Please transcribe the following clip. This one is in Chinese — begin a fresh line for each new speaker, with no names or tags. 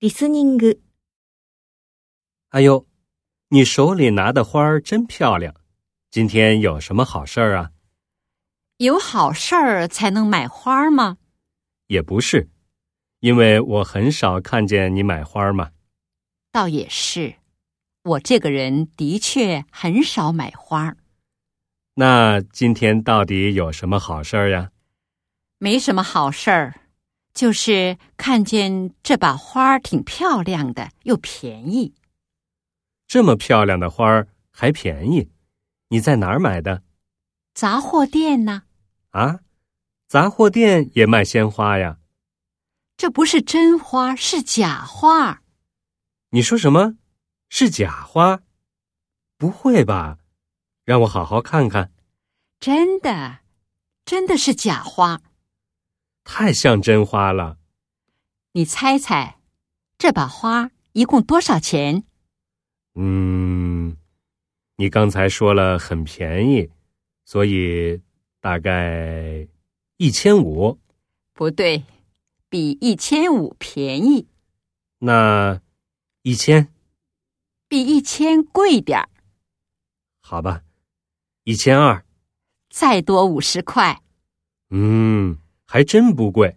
リスニング、
哎呦，你手里拿的花儿真漂亮，今天有什么好事儿啊？
有好事儿才能买花吗？
也不是，因为我很少看见你买花嘛。
倒也是，我这个人的确很少买花儿，
那今天到底有什么好事儿呀？
没什么好事儿，就是看见这把花儿挺漂亮的，又便宜。
这么漂亮的花儿还便宜，你在哪儿买的
杂货店呢、
啊？杂货店也卖鲜花呀？
这不是真花，是假花。
你说什么？是假花？不会吧？让我好好看看，
真的，真的是假花。
太像真花了。
你猜猜，这把花一共多少钱？
嗯，你刚才说了很便宜，所以大概一千五。
不对，比一千五便宜，
那一千
比一千贵点儿，
好吧，一千二。
再多五十块。
嗯，还真不贵。